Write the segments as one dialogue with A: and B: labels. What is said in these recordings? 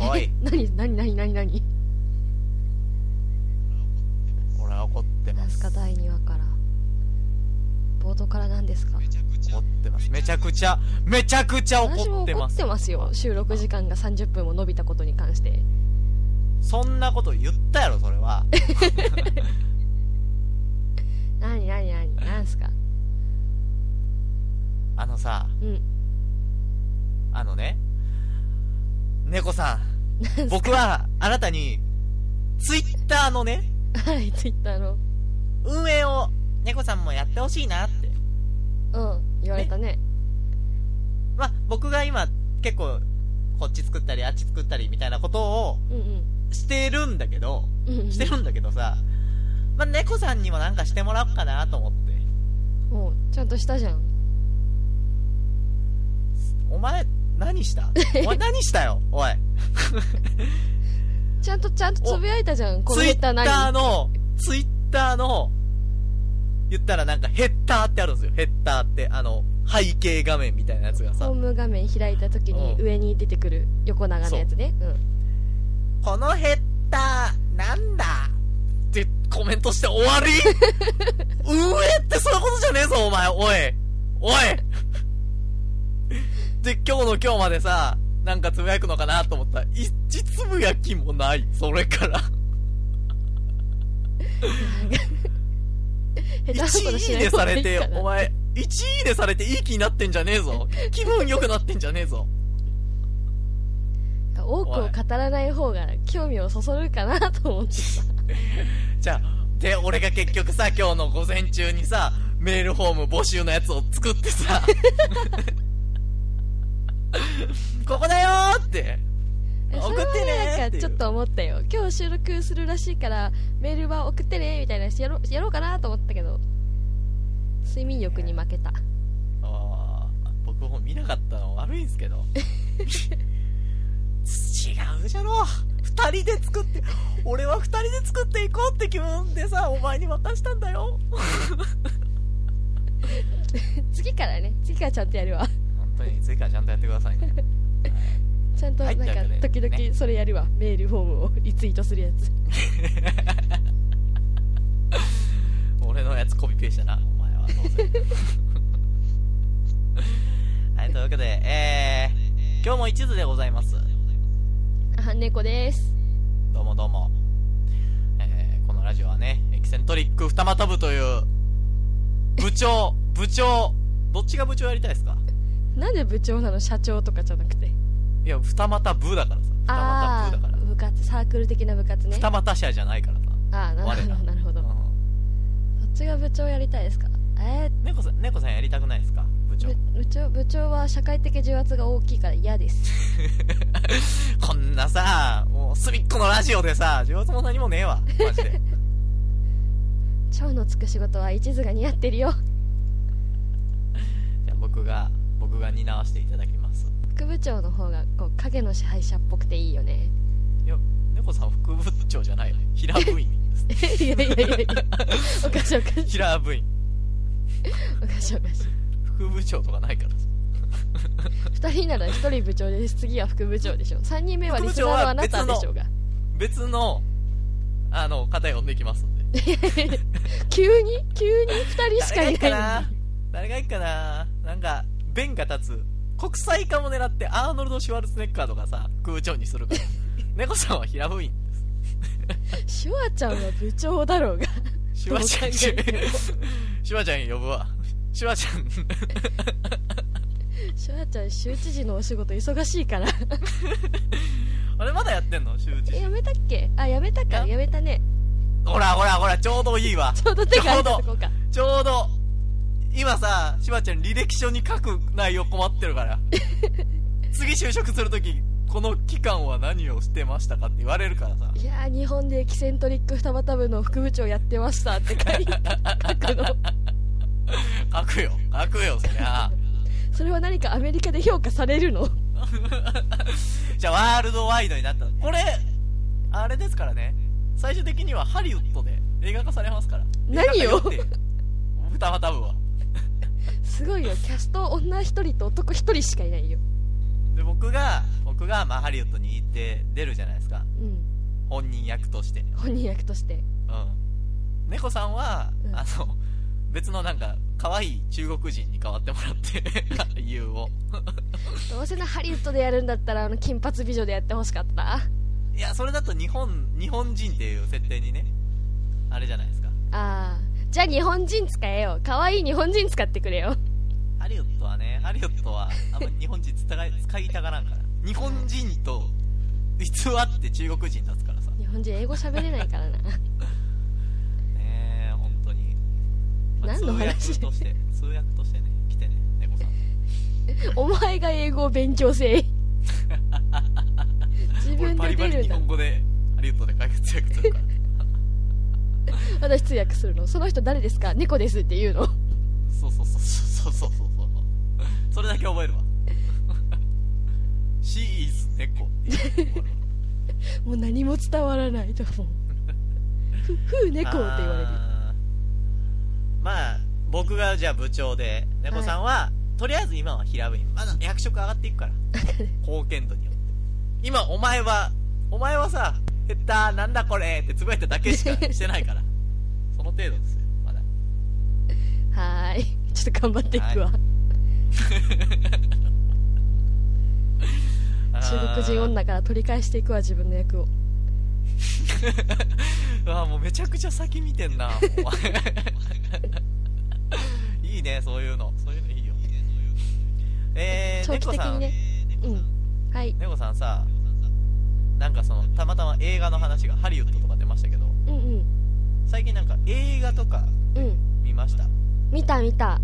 A: お い
B: 何何何何何
A: 俺は怒って
B: 何
A: ますす
B: か第2話から冒頭から何ですか
A: 怒ってますめちゃくちゃめちゃくちゃ
B: 私
A: 怒
B: も
A: って
B: 怒
A: ま
B: っ
A: す
B: てますよ収録時間が30分も伸びたことに関して
A: そんなこと言ったやろそれは
B: 何何何何すか
A: あのさ
B: うん
A: あのね猫さん
B: 何す
A: 僕はあなたにツイッターのね
B: かはいツイッターの
A: 運営を猫さんもやってほしいなって
B: うん言われたね
A: まあ僕が今結構こっち作ったりあっち作ったりみたいなことを
B: うん
A: してるんだけど
B: うんうん
A: してるんだけどさ、まあ、猫さんにもなんかしてもらおうかなと思って
B: もうちゃんとしたじゃん
A: お前何したお 前何したよおい
B: ちゃんとちゃんとつぶやいたじゃんこの
A: ツイ
B: ヘ
A: ッ
B: ッ
A: タ
B: ダー
A: ー
B: 何
A: のツイッターの言ったらなんかヘッダーってあるんですよヘッダーってあの背景画面みたいなやつがさ
B: ホーム画面開いた時に
A: うん
B: 上に出てくる横長のやつねうん
A: このヘッダー、なんだってコメントして終わ り運営ってそういうことじゃねえぞ、お前、おいおいで、今日の今日までさ、なんかつぶやくのかなと思ったら、一つぶやきもない、それから。
B: 下手な
A: 1
B: ことし
A: 位
B: ない
A: で
B: 方
A: さ
B: がい
A: れ
B: い
A: て
B: か、
A: お
B: ら
A: 前、1位でされていい気になってんじゃねえぞ。気分良くなってんじゃねえぞ。
B: 多くを語らない方が興味をそそるかなと思ってさ
A: じゃあ、で、俺が結局さ、今日の午前中にさ、メールフォーム募集のやつを作ってさ、 ここだよーって。
B: え
A: 送
B: そ
A: っ
B: れは
A: て
B: ねな
A: ねー
B: ん
A: って
B: か
A: いう
B: ちょっと思ったよ今日収録するらしいからメールは送ってねみたいなやろやろうかなと思ったけど睡眠欲に負けた
A: あー僕も見なかったの悪いんすけど。違うじゃろ二人で作って、俺は二人で作っていこうって気分でさ、お前に渡したんだよ。
B: 次からね次からちゃんとやるわ
A: 本当に、次からちゃんとやってくださいね。
B: ちゃんとな
A: はい
B: んか
A: というわけ
B: 時
A: でね
B: 々それやるわ、メールフォームをリツイートするやつ
A: 俺のやつコピペしたなお前はどうせはいというわけでえー、今日も一途でございます
B: あ猫です
A: どうもどうも、えー、このラジオはねエキセントリック二股部という部長部長どっちが部長やりたいですか
B: なんで部長なの社長とかじゃなくて
A: いや二股部だからさ
B: あ
A: 二
B: あ
A: 股部だから
B: ー部活サークル的な部活ね
A: 二股社じゃないからさ
B: ああなるほど
A: 我ら
B: なるほどどっ
A: うん
B: ちが部長やりたいですかえー
A: 猫さん猫さんやりたくないですか部長
B: 部部長部長は社会的重圧が大きいから嫌です
A: こんなさもう隅っこのラジオでさ上手も何もねえわマジで
B: 蝶のつく仕事は一途が似合ってるよ
A: じゃあ僕が僕が担わせていただきます
B: 副部長の方がこう影の支配者っぽくていいよね
A: いや猫さん副部長じゃないよ平部員です
B: いやいやいやいやおかしいおかしい
A: 平部員
B: おかしいおかしい
A: 副部長とかないから
B: 2人なら1人部長です次は副部長でしょ3人目はリスナーのあなたでしょうが
A: 別のあの方呼んできますんで
B: 急に急に2人しか
A: 誰がいいかな誰がいい
B: いないの
A: かななんか弁が立つ国際化も狙ってアーノルド・シュワルツェネッカーとかさ副部長にするから 猫さんは平部員
B: にシュワちゃんは部長だろうが
A: シュワちゃん
B: どう考えても
A: シュワちゃん呼ぶわシュワちゃん
B: シュワちゃん州知事のお仕事忙しいから
A: あれまだやってんの周知
B: えやめたっけあやめたか
A: や
B: やめたね
A: ほらほらほらちょうどいいわ
B: ちょうど手が
A: ちょ
B: 空
A: う
B: い
A: ど
B: たとこか
A: ちょうど、今さ、しばちゃん履歴書に書く内容困ってる から。次就職するとき、この期間は何をしてましたかって言われるからさ。
B: いやー日本でエキセントリック二股部の副部長やってましたって書いて書くの
A: 書くよ、書くよ、そりゃ。
B: それは何かアメリカで評価されるの
A: じゃあ、ワールドワイドになった。これ、あれですからね。最終的にはハリウッドで映画化されますから。
B: 何
A: 映
B: を
A: 画化予定二股部は。
B: すごいよキャスト女一人と男一人しかいないよ
A: で、僕が、僕が、まあ、ハリウッドに行って出るじゃないですか。
B: うん
A: 本人役として。
B: 本人役として
A: うん。猫さんは、
B: うん
A: あの、別のなんか、可愛い中国人に代わっても らって、ユウを。
B: どうせなハリウッドでやるんだったらあの金髪美女でやってほしかった
A: いや、それだと日本、日本人っていう設定にね、あれじゃないですか。
B: ああじゃあ日本人使えよ可愛い日本人使ってくれよ
A: ハリウッドはね、ハリウッドは、あんまり日本人使い、使いたがらんから。日本人と、偽って中国人出すからさ。ね
B: 日本人英語喋れないからな
A: え、本当に。まあ
B: 何の話
A: 通訳として、通訳としてね、来てね、猫さん。
B: お前が英語を勉強せい 自
A: 俺
B: 分
A: バ
B: で
A: リバ
B: 出
A: リ
B: るん
A: 日
B: だ
A: 本語で、ハリウッドで解決役するから。
B: 私通訳するのその人誰ですか猫ですって言うの
A: そうそうそうそうそうそうそうそうそれだけ覚えるわ She is 猫っていう
B: もう何も伝わらないと思うふふう猫って言われる
A: あーまあ僕がじゃあ部長で猫さんは、とりあえず今は平部にまだ役職上がっていく から貢献度によって今お前はお前はさ「減ったなんだこれ」ってつぶやいただけしかしてないから その程度ですよまだ
B: はーいちょっと頑張っていくわ中国人女から取り返していくわ自分の役を
A: うわもうめちゃくちゃ先見てんなお 前いいねそういうのそういうのいいよえー、
B: 長期的にね
A: 猫
B: う
A: さん
B: んはい
A: 猫さんさなんかそのたまたま映画の話がハリウッドとか出ましたけど
B: うんうん
A: 最近なんか映画とか
B: うん
A: 見ました
B: 見た見た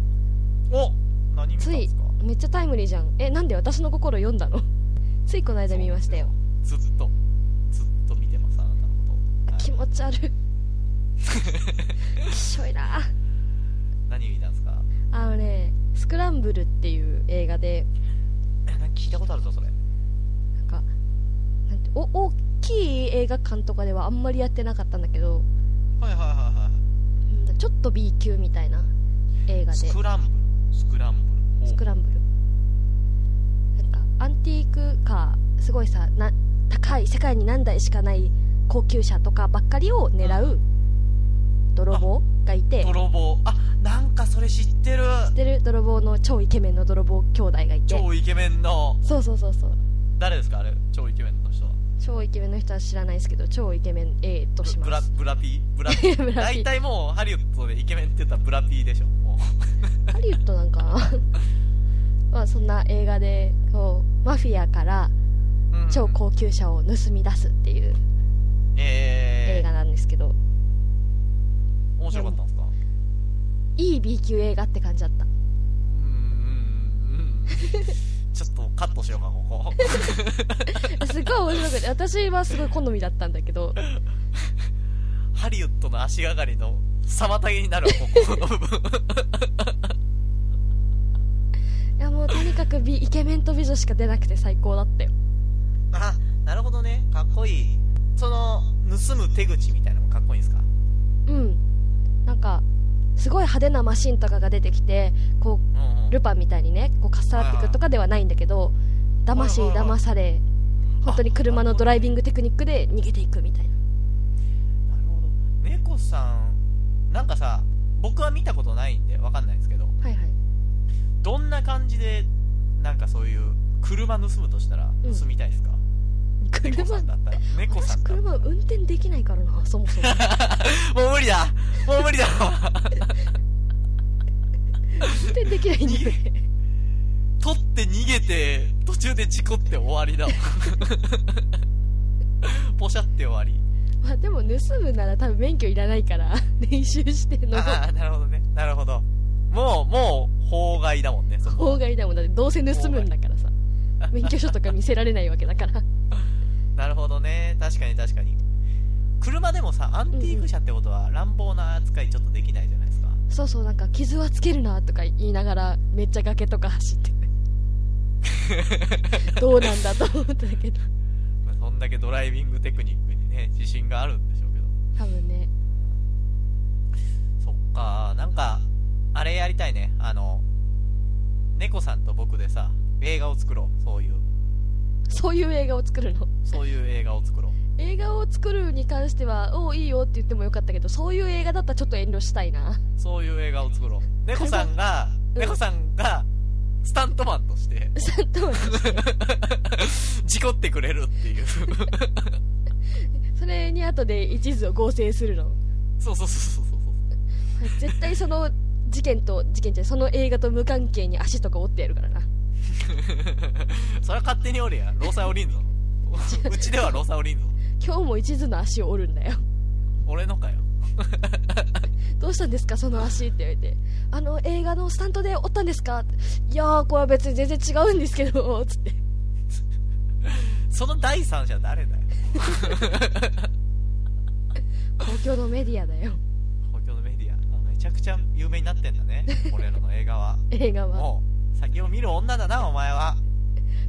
A: お何見たん
B: つ
A: で
B: い
A: すか
B: めっちゃタイムリーじゃんえなんで私の心読んだのついこの間見ましたよ
A: ずっとずっと見てますあなたのこと、はい
B: 気持ち悪 いきしょいな
A: 何見たんですか
B: あのね「スクランブル」っていう映画で
A: えなんか聞いたことあるぞそれ
B: なんかなんてお大きい映画館とかではあんまりやってなかったんだけど
A: はいはいはいはい
B: うんちょっと B 級みたいな映画で
A: スクランブルスクランブル
B: スクランブルなんかアンティークカーすごいさな高い世界に何台しかない高級車とかばっかりを狙う泥棒がいて
A: 泥棒あなんかそれ知ってる
B: 知ってる泥棒の超イケメンの泥棒兄弟がいて
A: 超イケメンの
B: そうそうそうそう
A: 誰ですかあれ超イケメンの人は
B: 超イケメンの人は知らないですけど超イケメン A とし
A: ブ
B: ま
A: ラ
B: す
A: ブラピーブラピ
B: ブラピ
A: ー大体もうハリウッドでイケメンって言ったらブラピーでしょも
B: ハリウッドなんか なまあそんな映画でこうマフィアから
A: う、うん
B: 超高級車を盗み出すっていう映
A: え
B: 画なんですけど、
A: ー、面白かったんですか
B: いい B 級映画って感じだった
A: うんうんうんうんちょっとカットしようか ここ
B: すごい面白くて私はすごい好みだったんだけど
A: ハリウッドの足がかりの妨げになるわここの部分
B: いやもうとにかく美イケメンと美女しか出なくて最高だったよ
A: あなるほどねかっこいいその盗む手口みたいなのもかっこいいんですか
B: うんなんかすごい派手なマシンとかが出てきてこ
A: うんうん
B: うルパンみたいにねこうかっさらっていくとかではないんだけど騙し
A: はいはいはい
B: 騙され本当に車のドライビングテクニックで逃げていくみたいな
A: なるほど猫さんなんかさ僕は見たことないんでわかんないですけど
B: はいはい
A: どんな感じでなんかそういう車盗むとしたら
B: うん
A: 盗みたいですか、猫さ
B: 車
A: んだったら猫さ んだっ
B: 私
A: た
B: 車運転できないからなそも そも
A: らもう無理だもう無理だ
B: 運転できないんだよね
A: 取って逃げて途中で事故って終わり だポシャって終わり
B: まあでも盗むなら多分免許いらないから 練習しての
A: ああなるほどねなるほどもうもう法外だもんねそこ
B: 法外だもんだってどうせ盗むんだ からさ免許証とか見せられないわけだから
A: なるほどね確かに確かに車でもさアンティーク車ってことは乱暴な扱いちょっとできないじゃないですか
B: そうそうなんか傷はつけるなとか言いながらめっちゃ崖とか走って くどうなんだと思ってたけど
A: まあそんだけドライビングテクニックにね自信があるんでしょうけど
B: 多分ね
A: そっかなんかあれやりたいねあの猫さんと僕でさ映画を作ろうそういう
B: そういう映画を作るの
A: そういう映画を作ろう
B: 映画を作るに関してはおおいいよって言ってもよかったけどそういう映画だったらちょっと遠慮したいな
A: そういう映画を作ろう猫さんが、
B: うん
A: 猫さんがスタントマンと して
B: ちょっと待って
A: 事故ってくれるっていう
B: それに後で一途を合成するの
A: そうそうそうそうそう
B: 絶対その事件と事件じゃないその映画と無関係に足とか折ってやるからな
A: それは勝手におるや労災おりんぞうちでは労災おりんぞ
B: 今日も一途の足を折るんだよ
A: 俺のかよ
B: どうしたんですかその足って言われてあの映画のスタントで折ったんですかいやーこれは別に全然違うんですけどつって
A: その第三者誰だよ
B: 公共のメディアだよ
A: 公共のメディアあめちゃくちゃ有名になってんだね俺らの映画は
B: 映画は
A: もう先を見る女だなお前は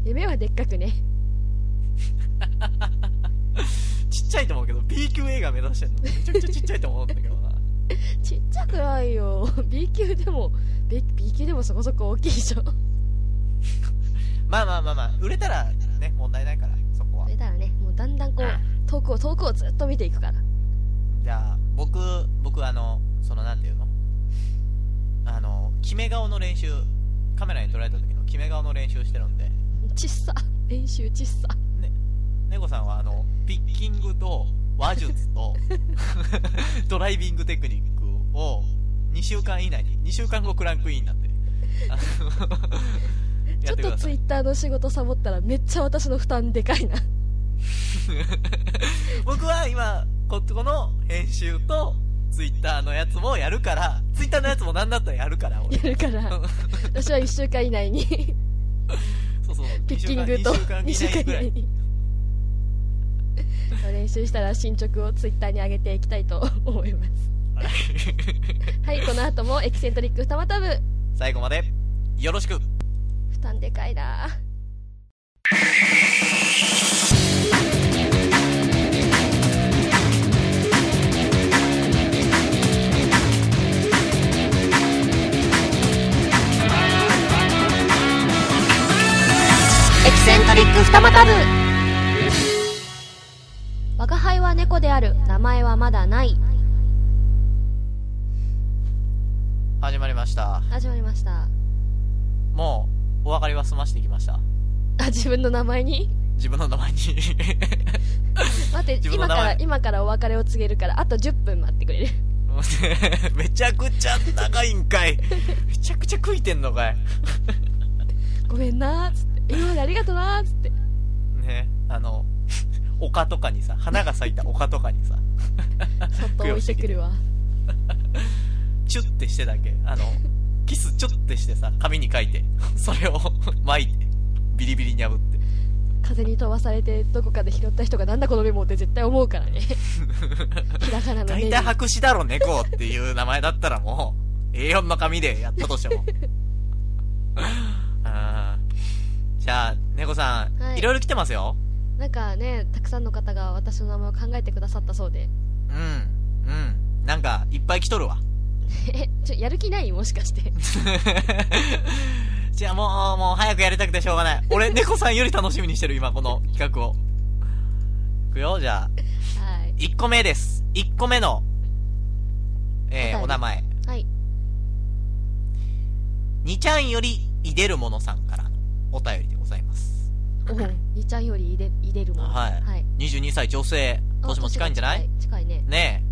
B: 夢はでっかくね
A: ちっちゃいと思うけど B 級映画目指してんのめちゃくちゃちっちゃいと思うんだけどな
B: ちっちゃくないよ B 級でも B, B 級でもそこそこ大きいでしょ
A: まあまあまあまあ売れたらね問題ないからそこは
B: それたらねもうだんだんこう遠くを遠くをずっと見ていくから
A: じゃあ僕僕あのそのなんていうのあの決め顔の練習カメラに撮られた時の決め顔の練習してるんで
B: ちっさ練習ちっさ
A: 猫さんはあのピッキングと話術と ドライビングテクニックを2週間以内に2週間後クランクインなんであの
B: ち
A: やっ
B: ょって
A: く
B: と
A: ださ
B: ツイ
A: い
B: ッターの仕事サボったらめっちゃ私の負担でか いな
A: 僕は今ここの編集とツイッターのやつもやるからツイッターのやつも何だったらやるから 俺
B: やるから私は1週間以 内に
A: そうそう
B: ピッキングと2
A: 2
B: 週
A: 週間以内
B: 間以
A: ぐらい
B: 内に練習したら進捗をツイッターに上げていきたいと思います
A: はい
B: はいこの後もエキセントリック二股部
A: 最後まで よろしく
B: 負担でかいなエキセントリック二股部我が輩は猫である名前はまだない
A: 始まりました
B: 始まりました
A: もうお分かりは済ましてきました
B: あ自分の名前に
A: 自分の名前に
B: 待って
A: 自分の
B: 今
A: 名
B: か
A: 前
B: ら今からお別れを告げるからあと10分待ってくれる
A: めちゃくちゃ高いんかいめちゃくちゃ食いてんのかい
B: ごめんなーっつって今までありがとうなーっつって
A: ねあの丘とかにさ花が咲いた丘とかにさ
B: そっと置いてくるわ
A: チュッてしてだけあ のキスチュッてしてさ紙に書いて それを巻いてビリビリに破っ て
B: 風に飛ばされてどこかで拾った人がなんだこのメモって絶対思うから ねひらがなの
A: 大
B: メ
A: 体
B: モ
A: 白紙だろ猫っていう名前だったらもう A4 の紙でやったとして もあーじゃあ猫さん、
B: はい
A: いろいろ来てますよ
B: なんかねたくさんの方が私の名前を考えてくださったそうで
A: うんうんなんかいっぱい来とるわ
B: え ちょやる気ないもしかして
A: じゃあもうもう早くやりたくてしょうがない俺猫さんより楽しみにしてる今この企画をいくよじゃあ
B: はい
A: 1個目です1個目のえー、
B: お便り
A: お名前
B: はい
A: にちゃんよりいでるものさんからお便りでございます
B: おうにちゃんよりいで入れるもん
A: はい
B: はい、
A: 22歳女性
B: あ
A: 年も近いんじゃない
B: 年が近い近いね
A: ね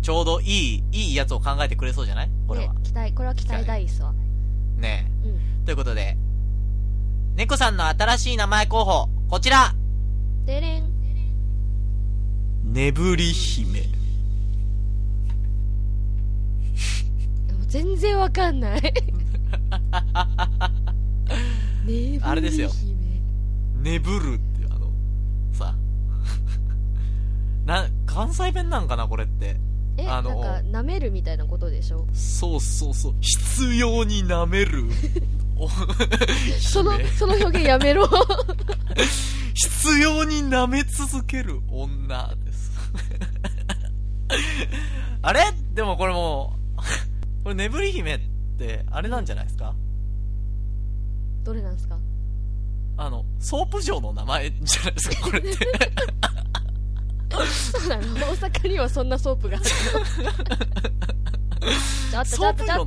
A: えちょうどいいいいやつを考えてくれそうじゃないこれは
B: ね期待これは期待大っすわ
A: ね
B: うん
A: えということで猫さんの新しい名前候補こちら
B: でれん
A: 眠り姫
B: でも全然わか んないねえ
A: あれですよ
B: ブルー姫
A: 眠るっていうあのさ な関西弁なんかなこれって
B: え
A: あの
B: なんか舐めるみたいなことでしょ
A: そうそうそう必要に舐めるお
B: その
A: 姫
B: その表現や めろ
A: 必要に舐め続ける女です。 あれでもこれもう、これ眠り姫って、あれなんじゃないですか
B: どれなんですか
A: あの、ソープ場の名前じゃないですか、これって。
B: そうなの大阪にはそんなソープがあるのちょっとちょっとちょっと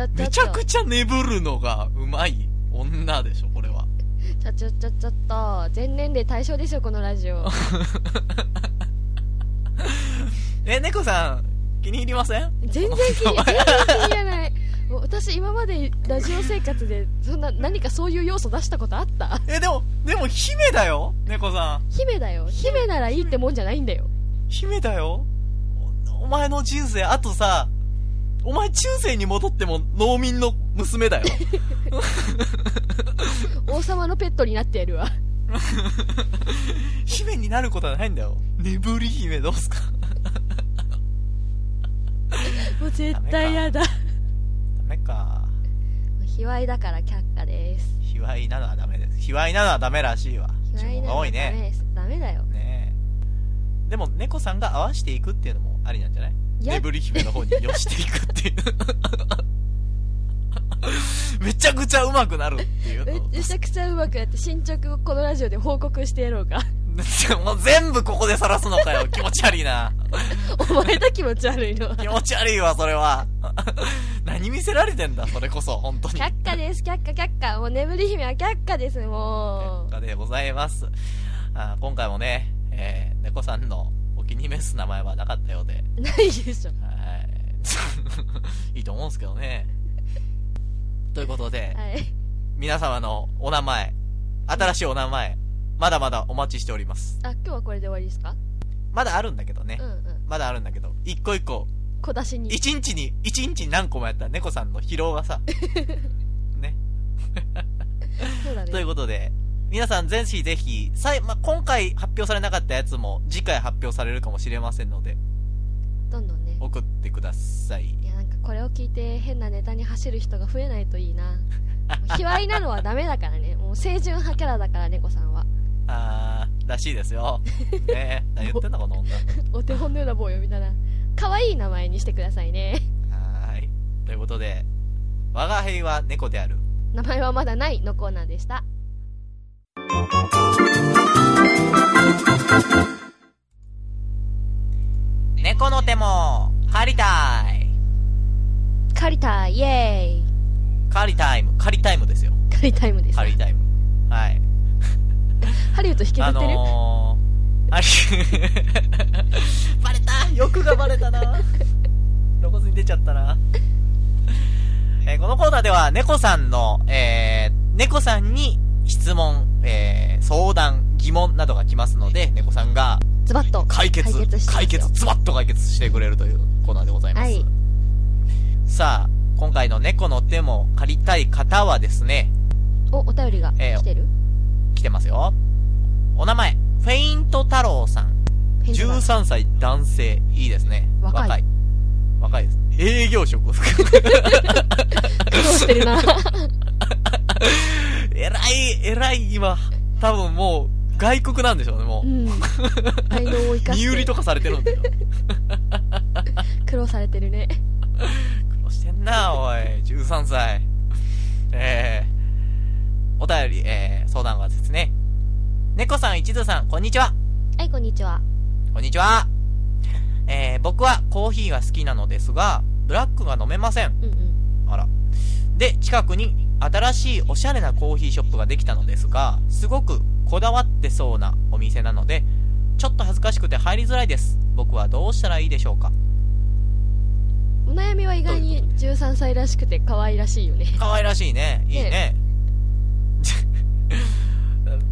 B: ちょっと
A: めち
B: ちょ
A: ゃ
B: っと
A: くちゃ眠るのがうまい女でしょ、これは。
B: ちょ ちょちょちょっと全年齢対象ですよこのラジオ
A: え、猫さん、気に入りません
B: 全然気に全然気に入らないもう私今までラジオ生活でそんな何かそういう要素出したことあった
A: え、でも、でも、姫だよ、猫さん。
B: 姫だよ姫ならいいってもんじゃないんだよ
A: 姫だよ。おお前の人生、あとさ、お前中世に戻っても農民の娘だよ。
B: 王様のペットになってやるわ
A: 姫になることはないんだよ。眠り姫どうすか
B: もう絶対やだ
A: ダメか。
B: 卑猥だから却下です
A: 卑猥なのはダメです。卑猥なのはダメらしいわ。
B: 卑
A: 注
B: 猥
A: 文
B: な
A: が
B: の
A: 多
B: はいダ
A: ね。
B: メですダメだよ
A: ねえでも猫さんが合わしていくっていうのもありなんじゃない
B: や
A: 眠り姫の方に寄していくっていうめちゃくちゃうまくなるっていう
B: めめちゃくちゃうまくやって進捗をこのラジオで報告してやろ うか
A: もう全部ここで晒すのかよ気持ち悪いな
B: お前だ気持ち悪いのは
A: 気持ち悪いわそれは 何見せられてんだそれこそ本当に
B: 却下です却下却下もう眠り姫は却下ですも
A: 結果でございますあ今回もね、えー猫さんのお気に召す名前はなかったようで
B: うないでしょ
A: はいいいと 思うんですけどね。ということで、
B: はい
A: 皆様のお名前、新しいお名前、まだまだお待ちしております。
B: あ今日はこれで終わりですか
A: まだあるんだけどね
B: うん。うん
A: まだあるんだけど、一個一個、
B: 小出しに
A: 一日に、一日に何個もやったら猫さんの疲労が さ、ね。
B: そうだね
A: ということで、皆さんぜひぜひ、さいま、今回発表されなかったやつも、次回発表されるかもしれませんので、
B: どんどんね
A: 送ってください。
B: いやなんかこれを聞いて変なネタに走る人が増えないとい いなもう卑猥なのはダメだからねもう清純派キャラだから猫さんは
A: あー、らしいですよ。ねえ、何言ってんだこの女。
B: お手本のような棒を呼びなら可愛い名前にしてくださいね
A: はーい。ということで、我が輩は猫である。
B: 名前はまだないのコーナーでした
A: 猫の手も、借りたい。
B: 借りたいイエーイ
A: 借りタイム、借りタイムですよ。
B: 借りタイムです
A: 借りタイム。はい。
B: ハリウッド引きずってる、
A: のー、あり、 バレた欲がバレたな。露骨に出ちゃったな。えーこのコーナーでは、猫さんの、えー、猫さんに質問、えー、相談、疑問などが来ますので、猫さんが、
B: ズバッと
A: 解決
B: 解決してますよ
A: ズバッと解決してくれるというコーナーでございます、
B: はい
A: さあ今回の猫の手も借りたい方はですね
B: おお便りが
A: ええ
B: 来てる、
A: 来てますよお名前フェイント太郎さん
B: 返事が
A: 13歳男性いいですね
B: 若い
A: 若い若いです営業職
B: 苦労してる な
A: えらいえらい今多分もう外国なんでしょうねも
B: う
A: うん
B: 才能を生か
A: 身売り
B: して
A: とかされてるんだよ
B: 苦労されてるね
A: 苦労してんなおい13歳えー、お便り、えー、相談はですね猫さん一途さんこんにちは
B: はいこんにちは
A: こんにちはえー、僕はコーヒーが好きなのですがブラックが飲めません
B: うんうん
A: あらで近くに新しいおしゃれなコーヒーショップができたのですがすごくこだわってそうなお店なのでちょっと恥ずかしくて入りづらいです僕はどうしたらいいでしょうか
B: お悩みは意外に13歳らしくて可愛らしいよね
A: 可愛らしいね。いいね。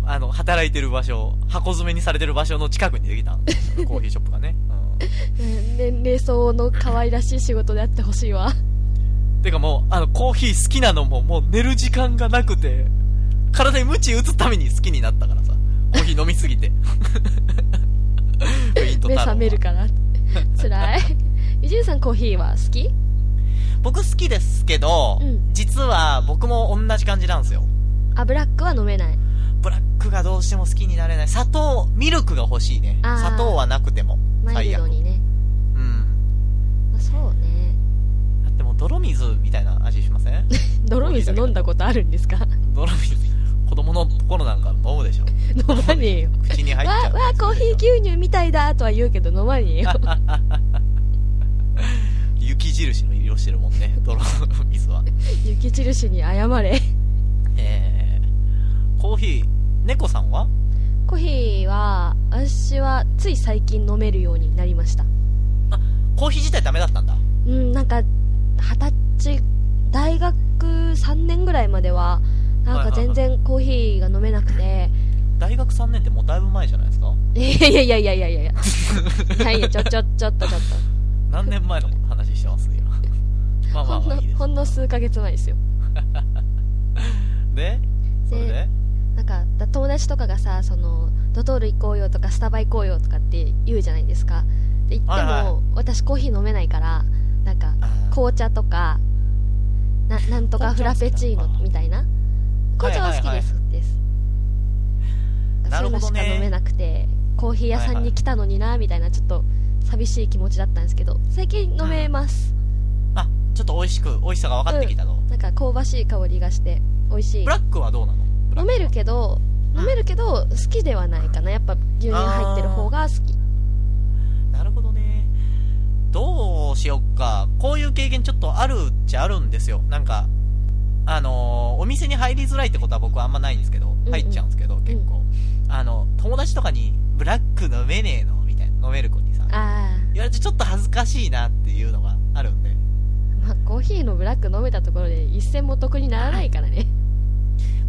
A: あの、働いてる場所、箱詰めにされてる場所の近くにできたんですよコーヒーショップがね。
B: うん年齢相応の可愛らしい仕事であってほしいわ
A: うん。てかもう、あの、コーヒー好きなのも、もう寝る時間がなくて、体にムチ打つために好きになったからさ。コーヒー飲みすぎ て。ウィント太郎
B: 目覚
A: は
B: めるから 辛い伊集院さんコーヒーは好き
A: 僕好きですけど、
B: うん
A: 実は僕も同じ感じなんですよ。
B: あブラックは飲めない
A: ブラックがどうしても好きになれない。砂糖、ミルクが欲しいね。
B: あー
A: 砂糖はなくても。
B: マイルドにね
A: うん。
B: まあそうね
A: だってもう泥水みたいな味しませ ん
B: 泥水飲んだことあるんです か
A: 泥水子供の頃なんか飲むでしょ
B: 飲まねえよ
A: 口に入っちゃ
B: わ
A: う
B: わコーヒー牛乳みたいだとは言うけど飲まねえよ
A: 雪印の色してるもんね 泥水は
B: 雪印に謝れ
A: えー、コーヒー猫さんは
B: コーヒーは私はつい最近飲めるようになりました
A: コーヒー自体ダメだったんだ
B: うんなんか二十歳大学3年ぐらいまではなんか全然コーヒーが飲めなくて
A: 大学3年ってもうだいぶ前じゃないですか
B: いやいやいやいやいや いやいやいやいやちょちょちょっとちょっ
A: 何年前の話してます今 まあ
B: と
A: まあ
B: ほ
A: ま
B: ん
A: あいいで
B: の
A: す
B: ほんの数ヶ月前ですよ
A: でそれで
B: なんかだ友達とかがさそのドトール行こうよとかスタバ行こうよとかって言うじゃないですかで言っても、
A: はいはい
B: 私コーヒー飲めないからなんか
A: あー
B: 紅茶とかななんとかフラペチー
A: 紅茶好きなの
B: ノ
A: か
B: みたいな紅茶は好きです、です
A: なるほどね
B: そういうのしか飲めなくてコーヒー屋さんに来たのになみたいなちょっと寂しい気持ちだったんですけど最近飲めます、
A: あちょっと美味しく美味しさが分かってきたと、
B: なんか香ばしい香りがして美味しい
A: ブラックはどうなのブラッ
B: 飲
A: クは
B: めるけど
A: うん
B: 飲めるけど好きではないかなやっぱ牛乳入ってる方が好き
A: なるほどねどうしよっかこういう経験ちょっとあるっちゃあるんですよなんかあのーお店に入りづらいってことは僕はあんまないんですけど
B: うん
A: 入っちゃうんですけど、結構あの友達とかに「ブラック飲めねえの?」みたいな飲める子にさ
B: あ
A: 言われてちょっと恥ずかしいなっていうのがあるんで
B: ー、まあコーヒーのブラック飲めたところで一銭も得にならないからね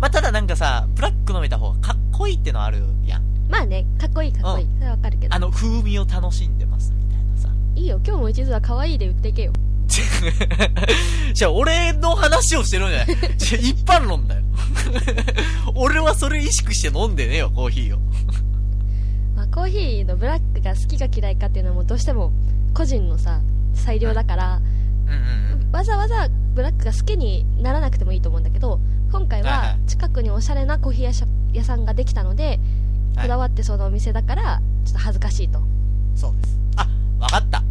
A: まあただなんかさブラック飲めた方がかっこいいってのあるやん
B: まあねかっこいいかっこいいそれはわかるけど
A: あの風味を楽しんでますみたいなさ
B: いいよ今日も一途は可愛いで売ってけよ
A: じゃあ、俺の話をしてるんじゃないじゃあ一般論だよ。 俺はそれ意識して飲んでねえよ、コーヒーを。
B: まあ、コーヒーのブラックが好きか嫌いかっていうのはもうどうしても個人のさ裁量だから
A: うんうん
B: わざわざブラックが好きにならなくてもいいと思うんだけど今回
A: はいは
B: はい近くにおしゃれなコーヒー屋しゃ屋さんができたので
A: はい
B: こだわってそのお店だからちょっと恥ずかしいと
A: うん。そうです。あ、わかった。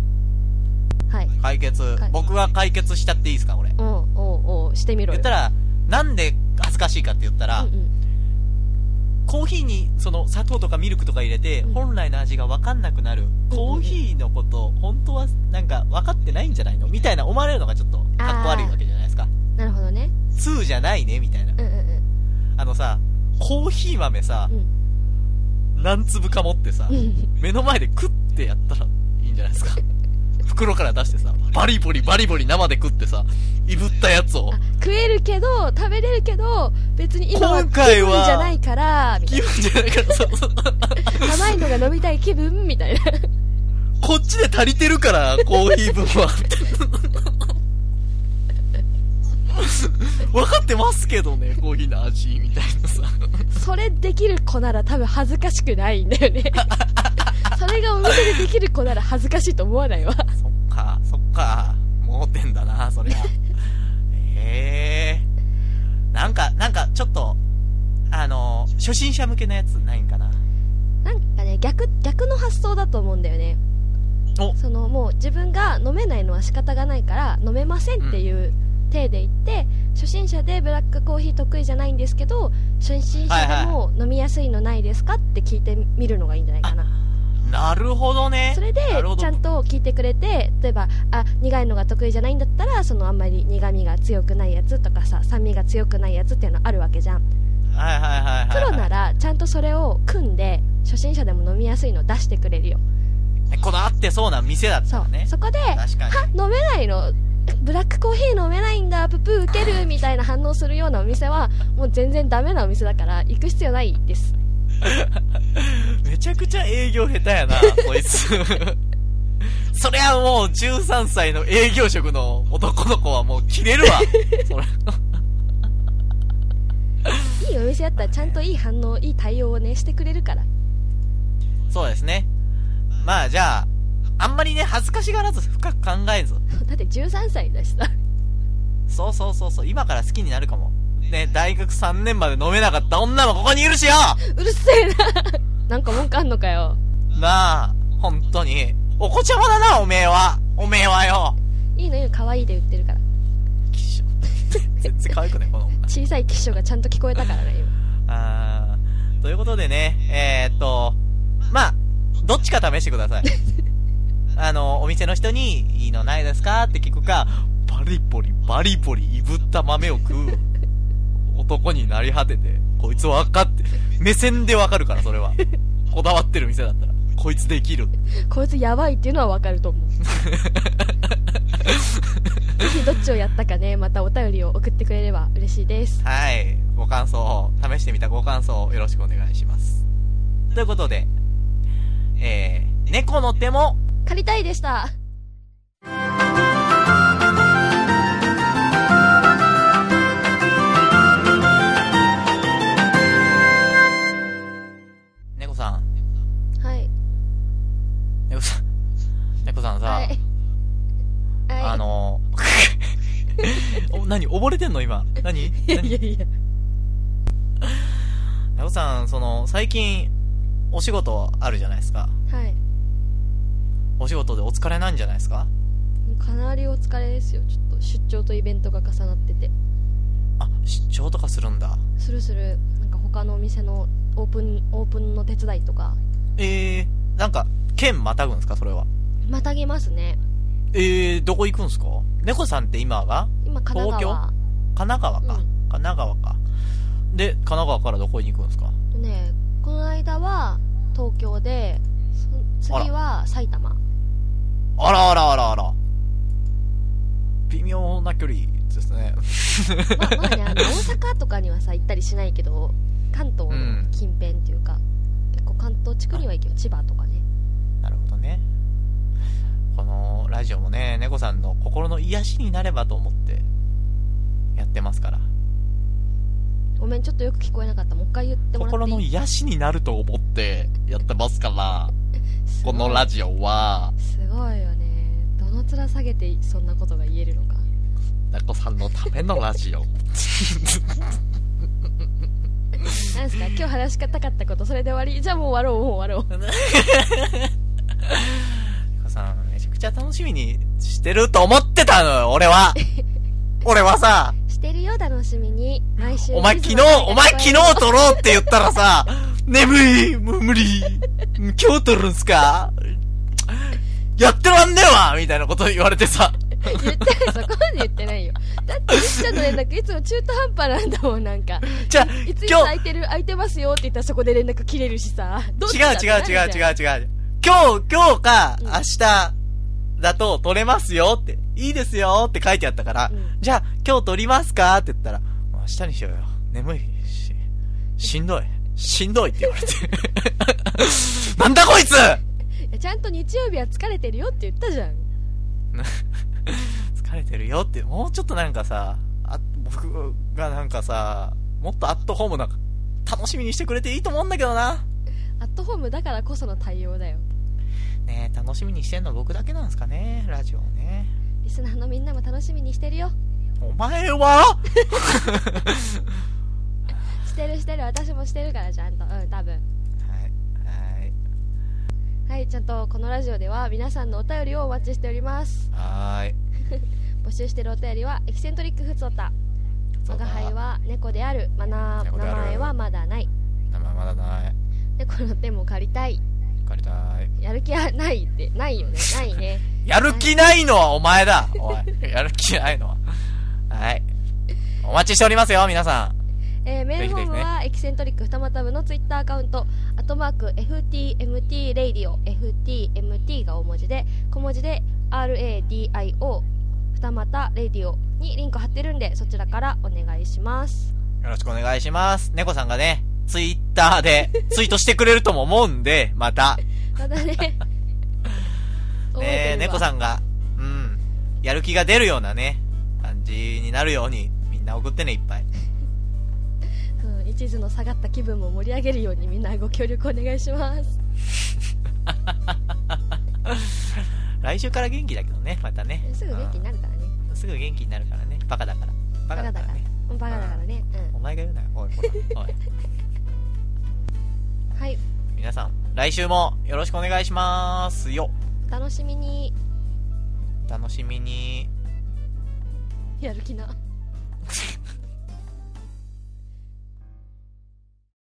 B: はい
A: 解決
B: 解。決
A: 僕は解決したっていいですか、これ。
B: おうおうおうしてみろ
A: 言
B: よ
A: ったら、なんで恥ずかしいかって言ったら、
B: うんうん
A: コーヒーにその砂糖とかミルクとか入れて、
B: うん
A: 本来の味が分かんなくなる、コーヒーのこと本当はなんか分かってないんじゃないのみたいな思われるのがちょっとかっこ悪いわけじゃないですか
B: なるほどね
A: 通じゃないねみたいな
B: うんうん
A: あのさコーヒー豆さ
B: う、ん
A: 何粒か持ってさ
B: う、ん
A: 目の前で食ってやったらいいんじゃない ですか。袋から出してさ、バリボリバリボリ生で食ってさ、いぶったやつを
B: あ、食えるけど食べれるけど別に今は
A: 今
B: 気
A: 回は
B: 分じゃないからみたい
A: 気分じゃないから、そうそう。
B: な甘いのが飲みたい気分みたいな
A: こっちで足りてるから、コーヒー分は。 分かってますけどね、コーヒーの味、みたいなさ。
B: それできる子なら多分恥ずかしくないんだよねそれがお店でできる子なら恥ずかしいと思わないわ
A: そっか、そっか、盲点だな、そりゃ。 へえ。なんか、なんか、ちょっと、あの、初心者向けのやつないんかな。
B: なんかね逆逆の発想だと思うんだよね
A: お
B: そのもう自分が飲めないのは仕方がないから飲めませんっていう体で言って、初心者でブラックコーヒー得意じゃないんですけど初心者でも飲みやすいのないですかって聞いてみるのがいいんじゃないかな、
A: なるほどね。
B: それで
A: なるほど
B: ちゃんと聞いてくれて例えばあ苦いのが得意じゃないんだったらそのあんまり苦みが強くないやつとかさ酸味が強くないやつっていうのあるわけじゃん
A: はいはいはいはい、
B: プロならちゃんとそれを組んで初心者でも飲みやすいの出してくれるよ
A: こだわってそうな店だっ
B: そ
A: たら
B: う、
A: ね。
B: そこで
A: 確かに。
B: 飲めないのブラックコーヒー飲めないんだププウケるみたいな反応するようなお店はもう全然ダメなお店だから行く必要ないです
A: めちゃくちゃ営業下手やな、こいつ。 そりゃもう13歳の営業職の男の子はもう切れる わ。そりゃ
B: いいお店だったらちゃんといい反応いい対応をねしてくれるから
A: そうですね。まあじゃあ、あんまりね、恥ずかしがらず深く考えず。
B: だって13歳だしさ
A: そうそうそうそう、今から好きになるかも。ね、大学3年まで飲めなかった女もここにいるしよ
B: うるせえな なんか文句あんのかよ
A: なあ、本当に。お子ちゃまだな、おめえは。おめえはよ。
B: いいのいいの可愛いで売ってるから
A: 全然可愛くないこの女
B: 小さい結晶がちゃんと聞こえたからね
A: あーということでね、えーっと、まあ、どっちか試してください。あの、お店の人に、いいのないですかって聞くか、バリボリ、バリボリ、いぶった豆を食う男になり果てて、こいつわかって、目線でわかるから、それは。こだわってる店だったら、こいつできる。
B: 今こいつやばいっていうのはわかると思うぜひどっちをやったかねまたお便りを送ってくれれば嬉しいです
A: はい。ご感想、試してみたご感想をよろしくお願いします。ということで、えー、猫の手も、
B: 借りたいでした
A: 猫さん、
B: はい
A: 猫さん、 猫さんさ、
B: はいはい
A: あの、 お何溺れてんの今。何
B: いやいや
A: 何
B: いや
A: 猫さん、その、最近、お仕事あるじゃないですか。
B: はい
A: お仕事でお疲れなんじゃないですか
B: かなりお疲れですよちょっと出張とイベントが重なってて
A: あ、出張とかするんだ。
B: するするなんか他のお店のオープンオープンの手伝いとか
A: えー、なんか、県またぐんですかそれは。
B: またぎますね
A: えー、どこ行くんすか猫さんって今が
B: 今神奈川
A: 神奈川か、
B: うん
A: 神奈川か。で、神奈川からどこに行くんですか
B: ねこの間は東京でそ次は埼玉
A: あらあらあらあら。微妙な距離ですね。
B: まあまあね あの大阪とかにはさ行ったりしないけど関東の近辺っていうか、結構関東地区には行けば千葉とかね
A: なるほどね。このラジオもね、猫さんの心の癒しになればと思ってやってますから。
B: ごめんちょっとよく聞こえなかったもう一回言ってもら
A: 心
B: って
A: の
B: いい
A: 癒しになると思ってやってますから、このラジオは、
B: すごいすごいよねどの面下げてそんなことが言えるのか
A: 猫さんのためのラジオ。
B: なんですか 今日話したかったことそれで終わりじゃあもう終わろうもう終わろう
A: 猫さん、めちゃくちゃ楽しみにしてると思ってたのよ、俺 は。俺はさ、
B: してるよ楽しみに毎週
A: お前昨日、お前昨日撮ろうって言ったら さ、眠い、もう無理、今日撮るんすかやってらんねえわみたいなこと言われてさ、
B: 言ってないそこまで言ってないよだってゆきちゃんの 連絡いつも中途半端なんだもんなんか
A: じゃあ、
B: いついつ
A: 今
B: 空いてる空いてますよって言ったらそこで連絡切れるしさどっ
A: 日、違う
B: ちだ
A: 違う違う
B: って
A: 違
B: なる
A: う違う。今日、今日か、
B: うん
A: 明日だと撮れますよって、いいですよって書いてあったから、
B: うん
A: じゃあ今日撮りますかって言ったら、明日にしようよ。眠いし、しんどい、しんどいって言われて。 なんだこいつ
B: じゃんいやちゃんと日曜日は疲れてるよって言ったじゃん
A: 疲れてるよって、もうちょっとなんかさ、あ僕がなんかさ、もっとアットホームなんか、楽しみにしてくれていいと思うんだけどな。
B: アットホームだからこその対応だよ
A: ねえ楽しみにしてんの僕だけなんですかね、ラジオね。
B: リスナーのみんなも楽しみにしてるよ
A: お前は
B: してるしてる私もしてるからちゃんとうん多分
A: はい、はい、
B: はいちゃんとこのラジオでは皆さんのお便りをお待ちしております
A: はーい。
B: 募集してるお便りはエキセントリックフツオタ我が輩は猫であるマナー
A: 猫であ
B: 名
A: る
B: 前はまだない
A: 名前まだない。
B: 猫の手も借りたい
A: 借りたい。
B: やる気はないってないよねないね
A: やる気ないのはお前だおい。やる気ないのは。はい。お待ちしておりますよ、皆さん。
B: えーメールフォームはエキセントリック二股部のツイッターアカウント「アットマーク #FTMT レイディオ」FTMT が大文字で小文字で RADIO 二股レディオにリンク貼ってるんでそちらからお願いします
A: よろしくお願いします。猫さんがね、ツイッターでツイートしてくれるとも思うんで、また。
B: た だね覚
A: ね
B: えて
A: え、
B: るわ
A: 猫さんが、うん、やる気が出るようなね、感じになるように、みんな送ってね、いっぱい。
B: うん、一途の下がった気分も盛り上げるようにみんなご協力お願いします
A: 来週から元気だけどね、またね。
B: すぐ元気になるからね
A: うんすぐ元気になるからね。バカだから。バカだからね。
B: バカだからね
A: お前が言うなよ。おい、おい。おい
B: うんはい
A: 皆さん、来週もよろしくお願いしますよ。
B: お楽しみに
A: 楽しみに。
B: やる気な